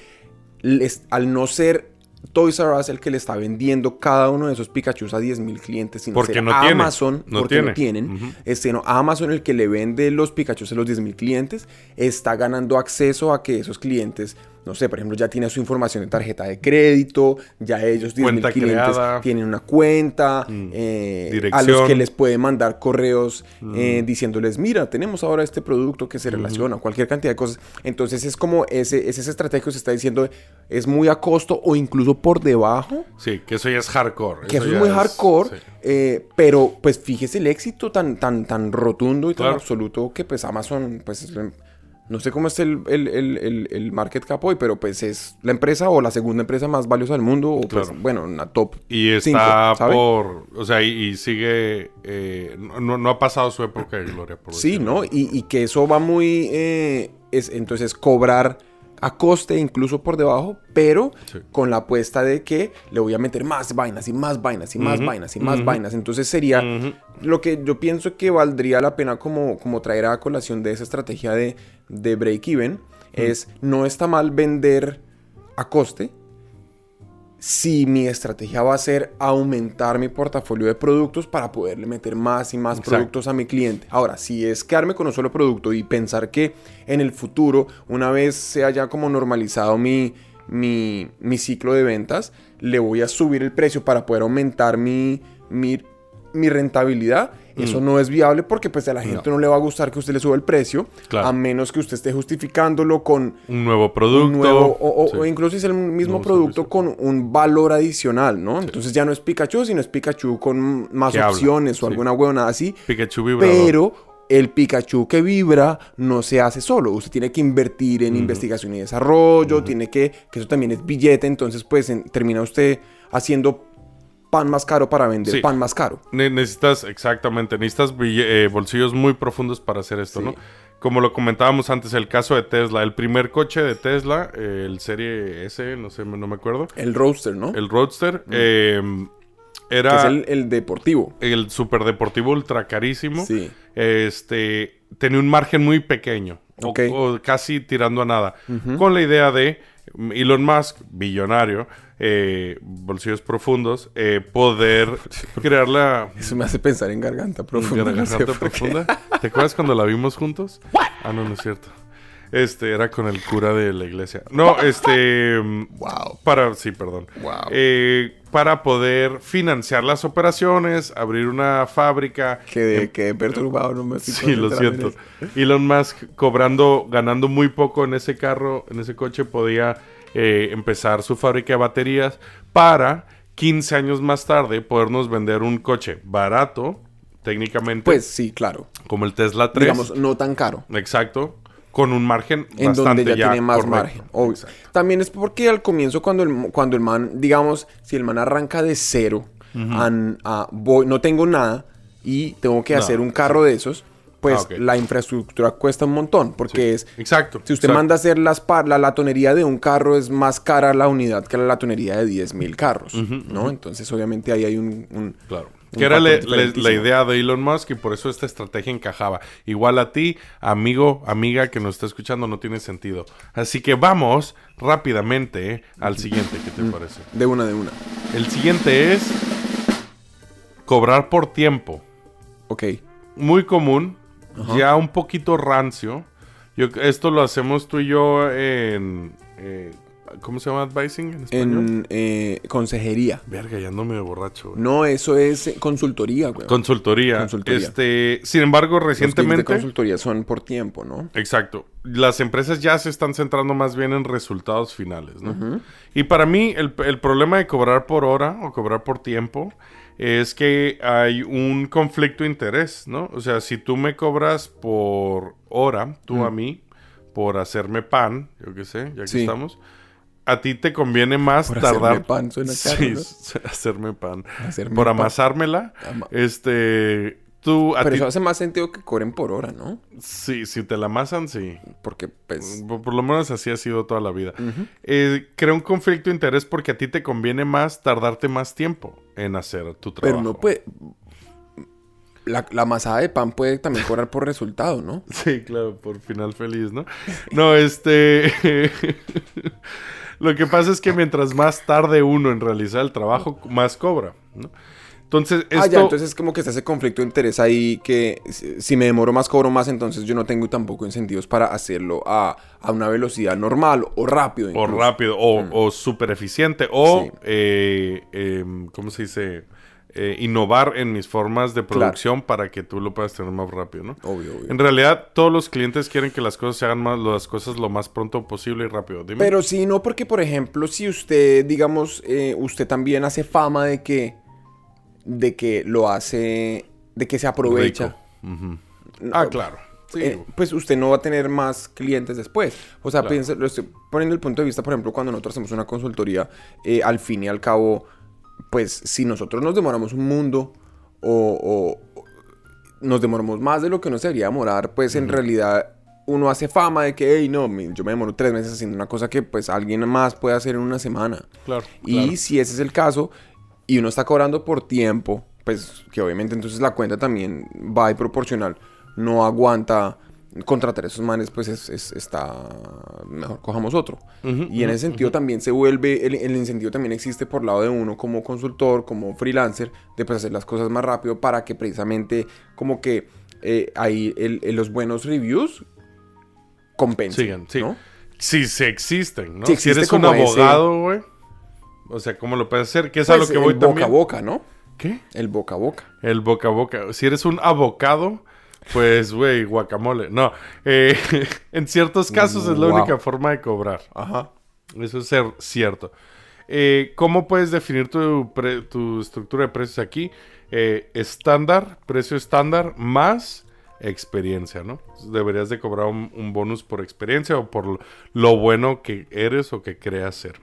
B: les- al no ser Toys R Us el que le está vendiendo cada uno de esos Pikachu a 10.000 clientes, sino
A: Porque
B: ser
A: no tiene,
B: Amazon,
A: no
B: porque no
A: tiene.
B: tienen,
A: Ujú.
B: este, no, Amazon el que le vende los Pikachu a los 10.000 clientes, está ganando acceso a que esos clientes, no sé, por ejemplo, ya tiene su información de tarjeta de crédito, ya ellos 10.000
A: Cuenta
B: clientes
A: creada.
B: tienen una cuenta,
A: Mm.
B: eh, a los
A: Dirección. Mm.
B: que les puede mandar correos eh, diciéndoles, mira, tenemos ahora este producto que se relaciona, cualquier cantidad de cosas. Entonces es como ese, es esa estrategia que se está diciendo, es muy a costo o incluso por debajo,
A: Sí, que eso ya es hardcore.
B: que eso es
A: ya
B: muy hardcore,
A: sí.
B: eh, pero pues fíjese el éxito tan, tan, tan rotundo y tan
A: Claro.
B: absoluto que pues Amazon, pues es la- no sé cómo es el, el, el- el- el market cap hoy, pero pues es la empresa o la segunda empresa más valiosa del mundo, o pues,
A: Claro.
B: bueno, una top.
A: Y
B: cinco,
A: está
B: ¿sabe?
A: por. O sea, y, y sigue. eh, no, no ha pasado su época de gloria. Por
B: Sí,
A: decirlo.
B: ¿no? Y, y que eso va muy... eh, es, entonces, cobrar a coste, incluso por debajo, pero
A: Sí.
B: con la apuesta de que le voy a meter más vainas y más vainas y más
A: Ujú,
B: vainas y más
A: ujú.
B: vainas. Entonces sería
A: Ujú.
B: lo que yo pienso que valdría la pena como, como traer a colación de esa estrategia de, de break-even. Es, no está mal vender a coste, si mi estrategia va a ser aumentar mi portafolio de productos para poderle meter más y más
A: Exacto.
B: productos a mi cliente. Ahora, si es quedarme con un solo producto y pensar que en el futuro, una vez se haya como normalizado mi, mi, mi ciclo de ventas, le voy a subir el precio para poder aumentar mi, mi, mi rentabilidad.
A: Mm.
B: Eso no es viable porque pues a la gente no. le va a gustar que usted le suba el precio,
A: Claro.
B: a menos que usted esté justificándolo con
A: Un nuevo
B: un
A: producto.
B: nuevo- o, o-
A: Sí.
B: o incluso es el mismo
A: Nuevo
B: producto
A: servicio.
B: con un valor adicional, ¿no? Entonces ya no es Pikachu, sino es Pikachu con más
A: Que habla,
B: opciones o
A: sí.
B: alguna huevonada así.
A: Pikachu vibrador.
B: Pero el Pikachu que vibra no se hace solo. Usted tiene que invertir en investigación y desarrollo, tiene que, que eso también es billete, entonces pues en- termina usted haciendo pan más caro para vender
A: Sí.
B: pan más caro.
A: Ne- necesitas, exactamente, necesitas bille- eh, bolsillos muy profundos para hacer esto,
B: Sí.
A: ¿no? Como lo comentábamos antes, el caso de Tesla. El primer coche de Tesla, eh, el Serie S, no sé, no me acuerdo.
B: El roaster, ¿no?
A: El Roadster. eh,
B: que
A: era
B: es el, el deportivo.
A: el superdeportivo ultra carísimo.
B: Sí.
A: Este tenía un margen muy pequeño. o-
B: Ok.
A: O, casi tirando a nada. Con la idea de mm, Elon Musk, billonario, eh, bolsillos profundos, eh, poder crear la
B: Eso me hace pensar en garganta profunda. no sé
A: garganta
B: por qué.
A: profunda. ¿Te acuerdas cuando la vimos juntos? Ah, no, no es cierto. Este era con el cura de la iglesia. No, este. Wow. Para, sí, perdón.
B: Wow.
A: Eh, para poder financiar las operaciones, abrir una fábrica.
B: Quedé, quedé perturbado, no me estoy
A: Em, Sí, lo
B: concentrando en
A: siento. Elon Musk cobrando, ganando muy poco en ese carro, en ese coche, podía eh, empezar su fábrica de baterías para 15 años más tarde podernos vender un coche barato, técnicamente,
B: Pues sí, claro.
A: como el Tesla 3.
B: Digamos, no tan caro.
A: Exacto. Con un margen
B: En
A: bastante
B: donde ya, tiene más
A: correcto.
B: margen. obvio.
A: Exacto.
B: También es porque al comienzo, cuando el, cuando el man, digamos, si el man arranca de cero, an- a- voy- no tengo nada y tengo que
A: No,
B: hacer un carro de esos, pues
A: Ah, ok.
B: la infraestructura cuesta un montón. Porque es.
A: Exacto.
B: Si usted
A: exacto.
B: manda a hacer las par- la latonería de un carro, es más cara la unidad que la latonería de 10.000 carros, ¿no? Entonces, obviamente, ahí hay un. un-
A: Claro.
B: un
A: Que era
B: factor
A: le- le- la
B: diferentísimo.
A: idea de Elon Musk y por eso esta estrategia encajaba. Igual a ti, amigo, amiga que nos está escuchando, no tiene sentido. Así que vamos rápidamente al siguiente, ¿qué te parece?
B: De una, de una.
A: El siguiente es cobrar por tiempo.
B: Ok.
A: Muy común, ya un poquito rancio. Yo, esto lo hacemos tú y yo en... eh, ¿Cómo se llama? Advising en español.
B: En eh, consejería.
A: Verga, ya ando medio borracho. güey.
B: No, eso es eh, consultoría, güey.
A: Consultoría.
B: Consultoría.
A: Este, sin embargo,
B: Los clips de
A: recientemente.
B: consultoría son por tiempo, ¿no?
A: Exacto. Las empresas ya se están centrando más bien en resultados finales, ¿no? Y para mí, el, el problema de cobrar por hora o cobrar por tiempo es que hay un conflicto de interés, ¿no? O sea, si tú me cobras por hora, tú a mí, por hacerme pan, yo qué sé, ya que
B: Sí.
A: estamos, a ti te conviene más
B: Por hacerme
A: tardar.
B: pan, suena caro,
A: Sí,
B: ¿no?
A: s- hacerme pan.
B: Hacerme
A: por
B: pan.
A: amasármela.
B: Ama-
A: Este. Tú, a
B: Pero
A: ti.
B: eso hace más sentido que cobren por hora, ¿no?
A: Sí, si te la amasan, sí.
B: Porque, pues,
A: Por, por lo menos así ha sido toda la vida. Eh, crea un conflicto de interés porque a ti te conviene más tardarte más tiempo en hacer tu trabajo.
B: pero no puede... La, la amasada de pan puede también cobrar por resultado, ¿no?
A: Sí, claro, por final feliz, ¿no? No, este... Lo que pasa es que mientras más tarde uno en realizar el trabajo, más cobra, ¿no? Entonces, esto...
B: Ah, ya, entonces es como que está ese conflicto de interés ahí que si si me demoro más, cobro más, entonces yo no tengo tampoco incentivos para hacerlo a, a una velocidad normal o rápido.
A: O
B: incluso.
A: rápido, o, o súper eficiente, o,
B: pues, mm. Sí.
A: eh, em, ¿cómo se dice? Eh, innovar en mis formas de producción para que tú lo puedas tener más rápido, ¿no?
B: Obvio, obvio.
A: En realidad, todos los clientes quieren que las cosas se hagan más, las cosas lo más pronto posible y rápido. Dime.
B: Pero si no, porque por ejemplo, si usted, digamos, eh, usted también hace fama de que, de que lo hace, de que se aprovecha. No,
A: ah, claro. Sí.
B: eh, pues usted no va a tener más clientes después. O sea,
A: Claro.
B: piensa- lo estoy poniendo el punto de vista, por ejemplo, cuando nosotros hacemos una consultoría, eh, al fin y al cabo, pues si nosotros nos demoramos un mundo o, o- o nos demoramos más de lo que nos debería demorar, pues en realidad uno hace fama de que, hey, no, me- yo me demoro tres meses haciendo una cosa que pues alguien más puede hacer en una semana.
A: Claro,
B: Y
A: claro.
B: si ese es el caso y uno está cobrando por tiempo, pues que obviamente entonces la cuenta también va y proporcional. No aguanta contratar esos manes, pues es, es- está mejor cojamos otro. y en ese sentido también se vuelve, el, el incentivo también existe por lado de uno como consultor, como freelancer, de pues hacer las cosas más rápido para que precisamente como que eh, ahí el- el- los buenos reviews compensen.
A: Sigan, sí.
B: ¿no?
A: Si se existen, ¿no?
B: Si
A: Si,
B: existe
A: eres un
B: como ese-
A: abogado, güey. O sea, ¿cómo lo puedes hacer? Que es a lo
B: Pues,
A: que voy
B: el boca
A: también.
B: a boca, ¿no?
A: ¿Qué?
B: El boca a boca.
A: El boca a boca. Si eres un abocado, pues, güey, guacamole. No. eh, en ciertos casos es la
B: Wow.
A: única forma de cobrar.
B: Ajá.
A: Eso es ser cierto. Eh, ¿Cómo puedes definir tu, pre- tu estructura de precios aquí? Eh, estándar, precio estándar más experiencia, ¿no? Deberías de cobrar un, un bonus por experiencia o por lo- lo bueno que eres o que creas ser.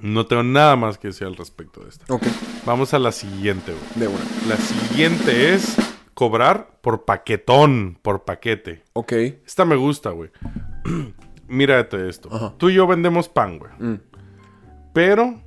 A: No tengo nada más que decir al respecto de esto.
B: Ok,
A: Vamos a la siguiente, güey.
B: de una.
A: La siguiente es cobrar por paquetón, por paquete.
B: Ok.
A: Esta me gusta, güey. Mírate esto.
B: Ajá.
A: Tú y yo vendemos pan, güey. Pero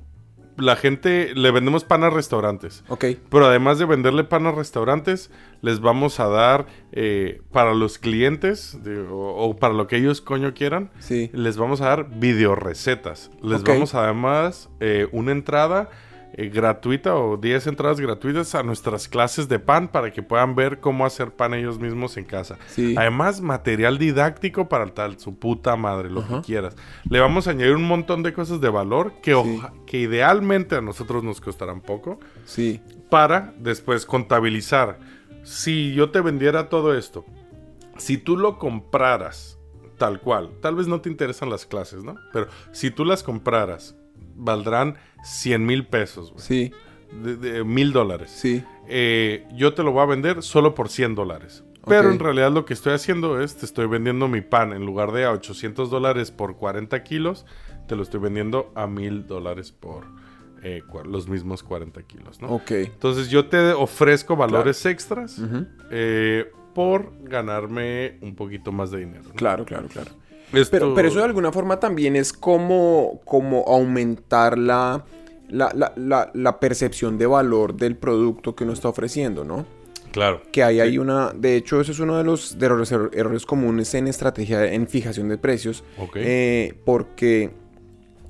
A: la gente le vendemos pan a restaurantes.
B: Ok.
A: Pero además de venderle pan a restaurantes, les vamos a dar eh, para los clientes de- o, o para lo que ellos coño quieran,
B: Sí.
A: les vamos a dar videorecetas. Les
B: Ok.
A: vamos a dar además eh, una entrada eh, gratuita o 10 entradas gratuitas a nuestras clases de pan para que puedan ver cómo hacer pan ellos mismos en casa.
B: Sí.
A: Además, material didáctico para tal, su puta madre, lo que quieras. Le vamos a añadir un montón de cosas de valor que, oja- que idealmente a nosotros nos costarán poco
B: Sí.
A: para después contabilizar. Si yo te vendiera todo esto, si tú lo compraras tal cual, tal vez no te interesan las clases, ¿no? Pero si tú las compraras, valdrán 100 mil pesos, güey.
B: Sí.
A: De- de mil dólares.
B: Sí.
A: Eh, yo te lo voy a vender solo por 100 dólares. Pero
B: Ok.
A: en realidad lo que estoy haciendo es, te estoy vendiendo mi pan en lugar de a 800 dólares por 40 kilos, te lo estoy vendiendo a 1000 dólares por eh, cua- los mismos 40 kilos, ¿no?
B: Ok.
A: Entonces yo te ofrezco valores extras eh, por ganarme un poquito más de dinero. ¿no?
B: Claro, claro, claro.
A: Esto-
B: Pero, pero eso de alguna forma también es como, como aumentar la, la, la, la, la percepción de valor del producto que uno está ofreciendo, ¿no?
A: Claro.
B: Que ahí hay una, de hecho, eso es uno de los, de los erro- errores comunes en estrategia, en fijación de precios.
A: Ok.
B: Eh, porque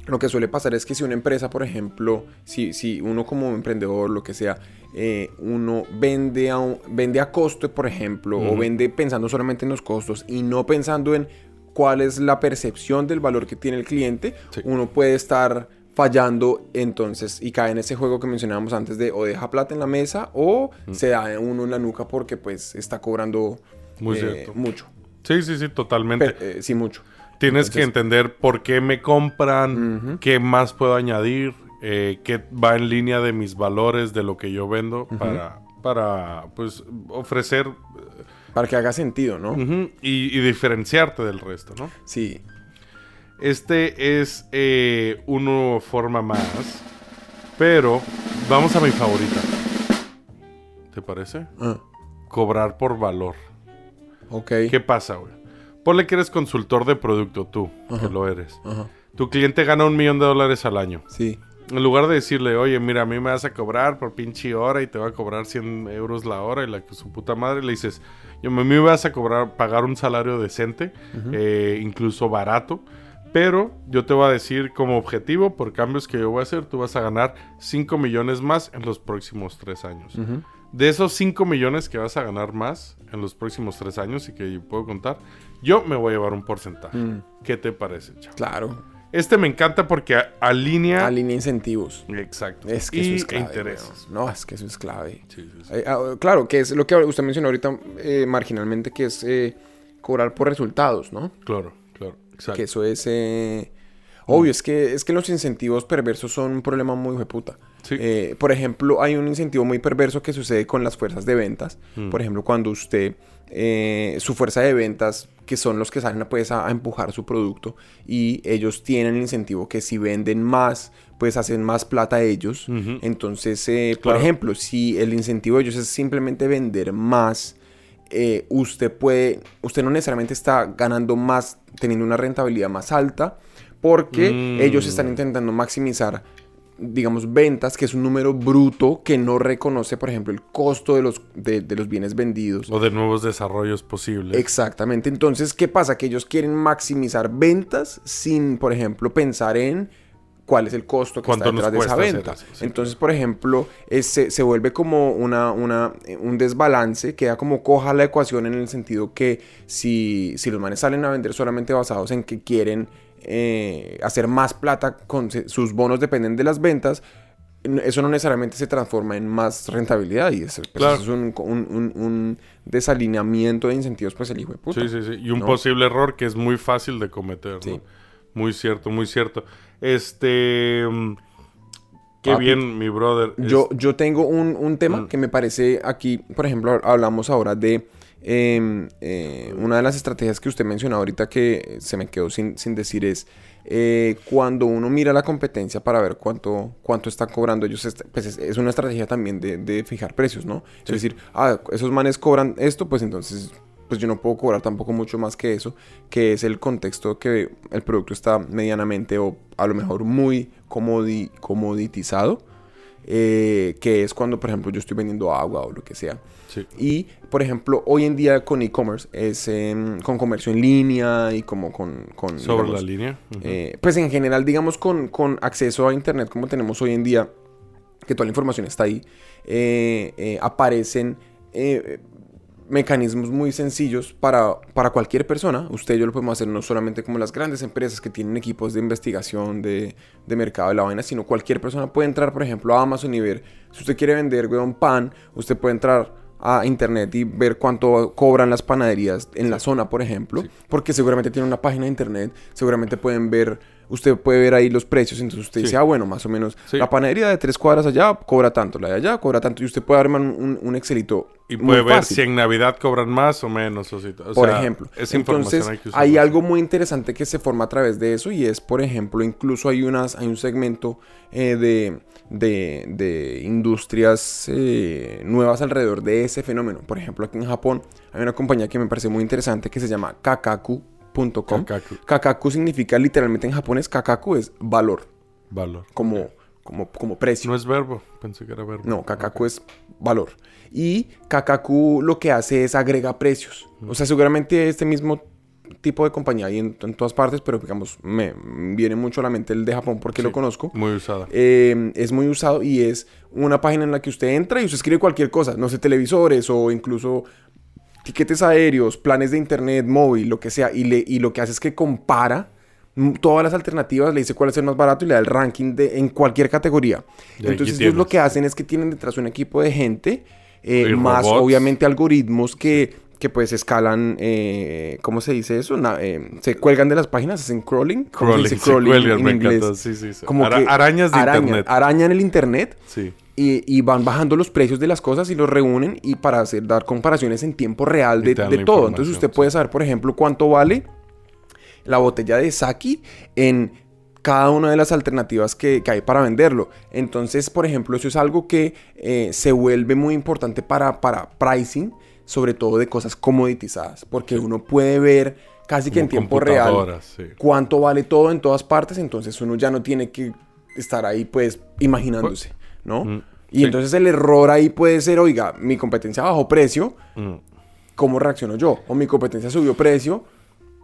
B: lo que suele pasar es que si una empresa, por ejemplo, si, si uno como emprendedor, lo que sea, eh, uno vende a, un- vende a costo, por ejemplo, o vende pensando solamente en los costos y no pensando en cuál es la percepción del valor que tiene el cliente,
A: Sí.
B: uno puede estar fallando entonces y cae en ese juego que mencionábamos antes de o deja plata en la mesa o se da uno en la nuca porque pues está cobrando
A: Muy
B: eh,
A: cierto.
B: mucho.
A: Sí, sí, sí, totalmente.
B: Pero, eh, sí, mucho.
A: Tienes que
B: Entonces-
A: entender por qué me compran,
B: Ujú.
A: qué más puedo añadir, eh, qué va en línea de mis valores, de lo que yo vendo, para, para pues, ofrecer
B: Para que haga sentido, ¿no?
A: ujú, y, y diferenciarte del resto, ¿no?
B: Sí.
A: Este es eh, una forma más. Pero vamos a mi favorita. ¿Te parece?
B: Ah,
A: Cobrar por valor.
B: ok.
A: ¿Qué pasa, güey? Ponle que eres consultor de producto, tú, que lo eres.
B: Ajá.
A: Tu cliente gana un millón de dólares al año.
B: Sí.
A: En lugar de decirle, oye, mira, a mí me vas a cobrar por pinche hora y te va a cobrar 100 euros la hora y la que su puta madre, le dices, yo, a mí me vas a cobrar, pagar un salario decente, eh, incluso barato, pero yo te voy a decir como objetivo, por cambios que yo voy a hacer, tú vas a ganar 5 millones más en los próximos 3 años. De esos 5 millones que vas a ganar más en los próximos 3 años y que yo puedo contar, yo me voy a llevar un porcentaje. ¿Qué te parece, chavo?
B: Claro.
A: Este me encanta porque a- alinea...
B: Alinea incentivos.
A: Exacto.
B: Es que
A: Ah. y
B: eso es clave.
A: intereses.
B: weón. No, es que eso es clave.
A: Sí, sí, sí.
B: Eh, ah, claro, que es lo que usted mencionó ahorita eh, marginalmente, que es eh, cobrar por resultados, ¿no?
A: Claro, claro. Exacto.
B: Que eso es... eh,
A: Mm.
B: Obvio, es que, es que los incentivos perversos son un problema muy hueputa.
A: Sí.
B: Eh, por ejemplo, hay un incentivo muy perverso que sucede con las fuerzas de ventas.
A: Mm.
B: Por ejemplo, cuando usted, eh, su fuerza de ventas, que son los que salen pues, a, a empujar su producto, y ellos tienen el incentivo que si venden más, pues hacen más plata ellos.
A: Ujú.
B: Entonces, eh, por
A: Claro.
B: ejemplo, si el incentivo de ellos es simplemente vender más, eh, usted puede, usted no necesariamente está ganando más, teniendo una rentabilidad más alta, porque
A: Mm.
B: ellos están intentando maximizar, digamos, ventas, que es un número bruto que no reconoce, por ejemplo, el costo de los, de, de los bienes vendidos.
A: O de nuevos desarrollos posibles.
B: Exactamente. Entonces, ¿qué pasa? Que ellos quieren maximizar ventas sin, por ejemplo, pensar en cuál es el costo que
A: ¿Cuánto
B: está
A: nos
B: detrás de esa
A: cuesta hacer
B: venta.
A: eso? Sí.
B: Entonces, por ejemplo, es- se, se vuelve como una, una, eh, un desbalance, queda como coja la ecuación en el sentido que si, si los manes salen a vender solamente basados en que quieren eh, hacer más plata con se- sus bonos dependen de las ventas, n- eso no necesariamente se transforma en más rentabilidad y eso, pues,
A: Claro.
B: eso es un, un- un- un desalineamiento de incentivos, pues el hijo de puta.
A: Sí, sí, sí. Y un
B: No.
A: posible error que es muy fácil de cometer.
B: Sí.
A: ¿no? Muy cierto, muy cierto. Este. mm, Qué
B: Papi.
A: bien, mi brother. Es-
B: Yo, yo tengo un, un tema que me parece aquí, por ejemplo, hablamos ahora de eh, eh, una de las estrategias que usted mencionó ahorita que se me quedó sin, sin decir es eh, cuando uno mira la competencia para ver cuánto, cuánto están cobrando ellos, est- pues es, es una estrategia también de, de fijar precios, ¿no? Es decir, ah, esos manes cobran esto, pues entonces pues yo no puedo cobrar tampoco mucho más que eso, que es el contexto que el producto está medianamente o a lo mejor muy comodi- comoditizado eh, que es cuando, por ejemplo, yo estoy vendiendo agua o lo que sea.
A: Sí.
B: Y, por ejemplo, hoy en día con e-commerce, es em, con comercio en línea y como con... con,
A: Sobre
B: digamos,
A: la línea. Ujú.
B: eh, pues en general, digamos, con, con acceso a Internet como tenemos hoy en día, que toda la información está ahí, eh, eh, aparecen eh, mecanismos muy sencillos para, para cualquier persona. Usted y yo lo podemos hacer no solamente como las grandes empresas que tienen equipos de investigación, de, de mercado de la vaina, sino cualquier persona puede entrar, por ejemplo, a Amazon y ver, si usted quiere vender, weón, pan, usted puede entrar a internet y ver cuánto cobran las panaderías en la zona, por ejemplo, porque seguramente tiene una página de internet, seguramente pueden ver, usted puede ver ahí los precios, entonces usted dice, ah, bueno, más o menos,
A: Sí.
B: la panadería de tres cuadras allá cobra tanto, la de allá cobra tanto, y usted puede armar un, un Excelito.
A: y
B: muy
A: puede ver
B: fácil
A: si en Navidad cobran más o menos. O si- o
B: por
A: sea,
B: ejemplo.
A: Esa información
B: Entonces, hay,
A: hay que usarla.
B: algo muy interesante que se forma a través de eso y es, por ejemplo, incluso hay, unas, hay un segmento eh, de, de- de industrias eh, nuevas alrededor de ese fenómeno. Por ejemplo, aquí en Japón hay una compañía que me parece muy interesante que se llama Kakaku.com.
A: Kakaku.
B: Kakaku significa literalmente en japonés, Kakaku es valor,
A: Valor.
B: como, como, como precio.
A: No es verbo. Pensé que era verbo.
B: No, Kakaku es valor. Y Kakaku lo que hace es agrega precios. O sea, seguramente este mismo tipo de compañía hay en, en todas partes, pero digamos, me viene mucho a la mente el de Japón porque lo conozco.
A: Muy usada.
B: Eh, es muy usado y es una página en la que usted entra y usted escribe cualquier cosa, no sé, televisores o incluso tiquetes aéreos, planes de internet, móvil, lo que sea, y, le, y lo que hace es que compara mm, todas las alternativas, le dice cuál es el más barato y le da el ranking de, en cualquier categoría.
A: Y aquí
B: Entonces ellos
A: tienes.
B: lo que hacen es que tienen detrás un equipo de gente, eh,
A: Y
B: más
A: robots.
B: obviamente algoritmos que, que pues escalan, eh, ¿cómo se dice eso? Na- eh, se cuelgan de las páginas, hacen crawling. ¿Cómo
A: Crawling,
B: se dice
A: se cuelgan, me
B: inglés?
A: encanta. Sí, sí, sí.
B: Como
A: Ara-
B: que
A: arañas de
B: arañan-
A: internet.
B: Arañan el internet
A: Sí.
B: y, y van bajando los precios de las cosas y los reúnen y para hacer dar comparaciones en tiempo real
A: Y
B: de,
A: te dan
B: de
A: la
B: todo.
A: información,
B: Entonces usted
A: sí.
B: puede saber, por ejemplo, cuánto vale la botella de sake en cada una de las alternativas que, que hay para venderlo. Entonces, por ejemplo, eso es algo que eh, se vuelve muy importante para, para pricing, sobre todo de cosas comoditizadas, porque uno puede ver casi que
A: Como
B: en tiempo real
A: computadoras, sí.
B: cuánto vale todo en todas partes, entonces uno ya no tiene que estar ahí pues imaginándose, ¿no?
A: Mm,
B: y
A: sí.
B: entonces el error ahí puede ser, oiga, mi competencia bajó precio,
A: Mm.
B: ¿cómo reacciono yo? O mi competencia subió precio,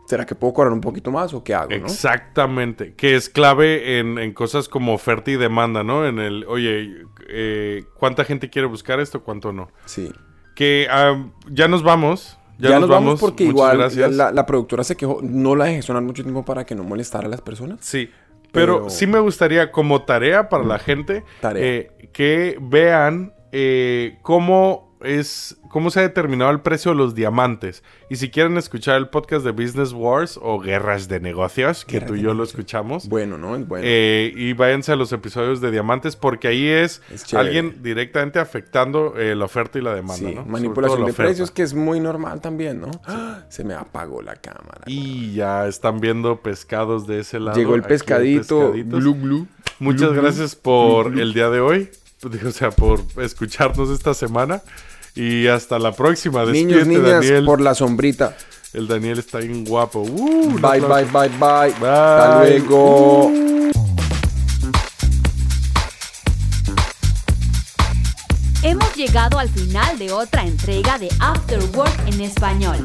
B: ¿será que puedo cobrar un poquito más o qué hago? no?
A: Exactamente, que es clave en, en cosas como oferta y demanda, ¿no? En el, oye, eh, ¿cuánta gente quiere buscar esto? ¿Cuánto no?
B: Sí.
A: Que ah, ya nos vamos.
B: Ya, nos vamos, porque
A: Muchas
B: igual
A: gracias.
B: La, la productora se quejó, no la dejé sonar mucho tiempo para que no molestara a las personas.
A: Sí. Pero,
B: Pero- Mm,
A: sí me gustaría, como tarea para la gente,
B: Tarea.
A: eh, que vean eh, cómo es cómo se ha determinado el precio de los diamantes. Y si quieren escuchar el podcast de Business Wars o Guerras de Negocios, que
B: Guerra
A: tú
B: de
A: y yo lo escuchamos,
B: Bueno, ¿no? Es bueno.
A: eh, y váyanse a los episodios de diamantes, porque ahí es,
B: Es chévere.
A: alguien directamente afectando eh, la oferta y la demanda.
B: sí,
A: ¿no? Sobre todo
B: manipulación
A: la
B: de
A: oferta.
B: precios que es muy normal también, ¿no? ¡Ah! Se me apagó la cámara.
A: Y ya están viendo pescados de ese lado.
B: Llegó el
A: aquí
B: pescadito.
A: pescaditos.
B: glu, glu.
A: Muchas
B: Glu, glu.
A: gracias por el día de hoy. O sea, por escucharnos esta semana. Y hasta la próxima.
B: Niños,
A: Despídete,
B: niñas,
A: Daniel.
B: por la sombrita.
A: El Daniel está bien guapo. Uh, un
B: Bye,
A: aplauso.
B: bye, bye, bye, Hasta
A: Bye.
B: luego.
C: Hemos llegado al final de otra entrega de After Work en español.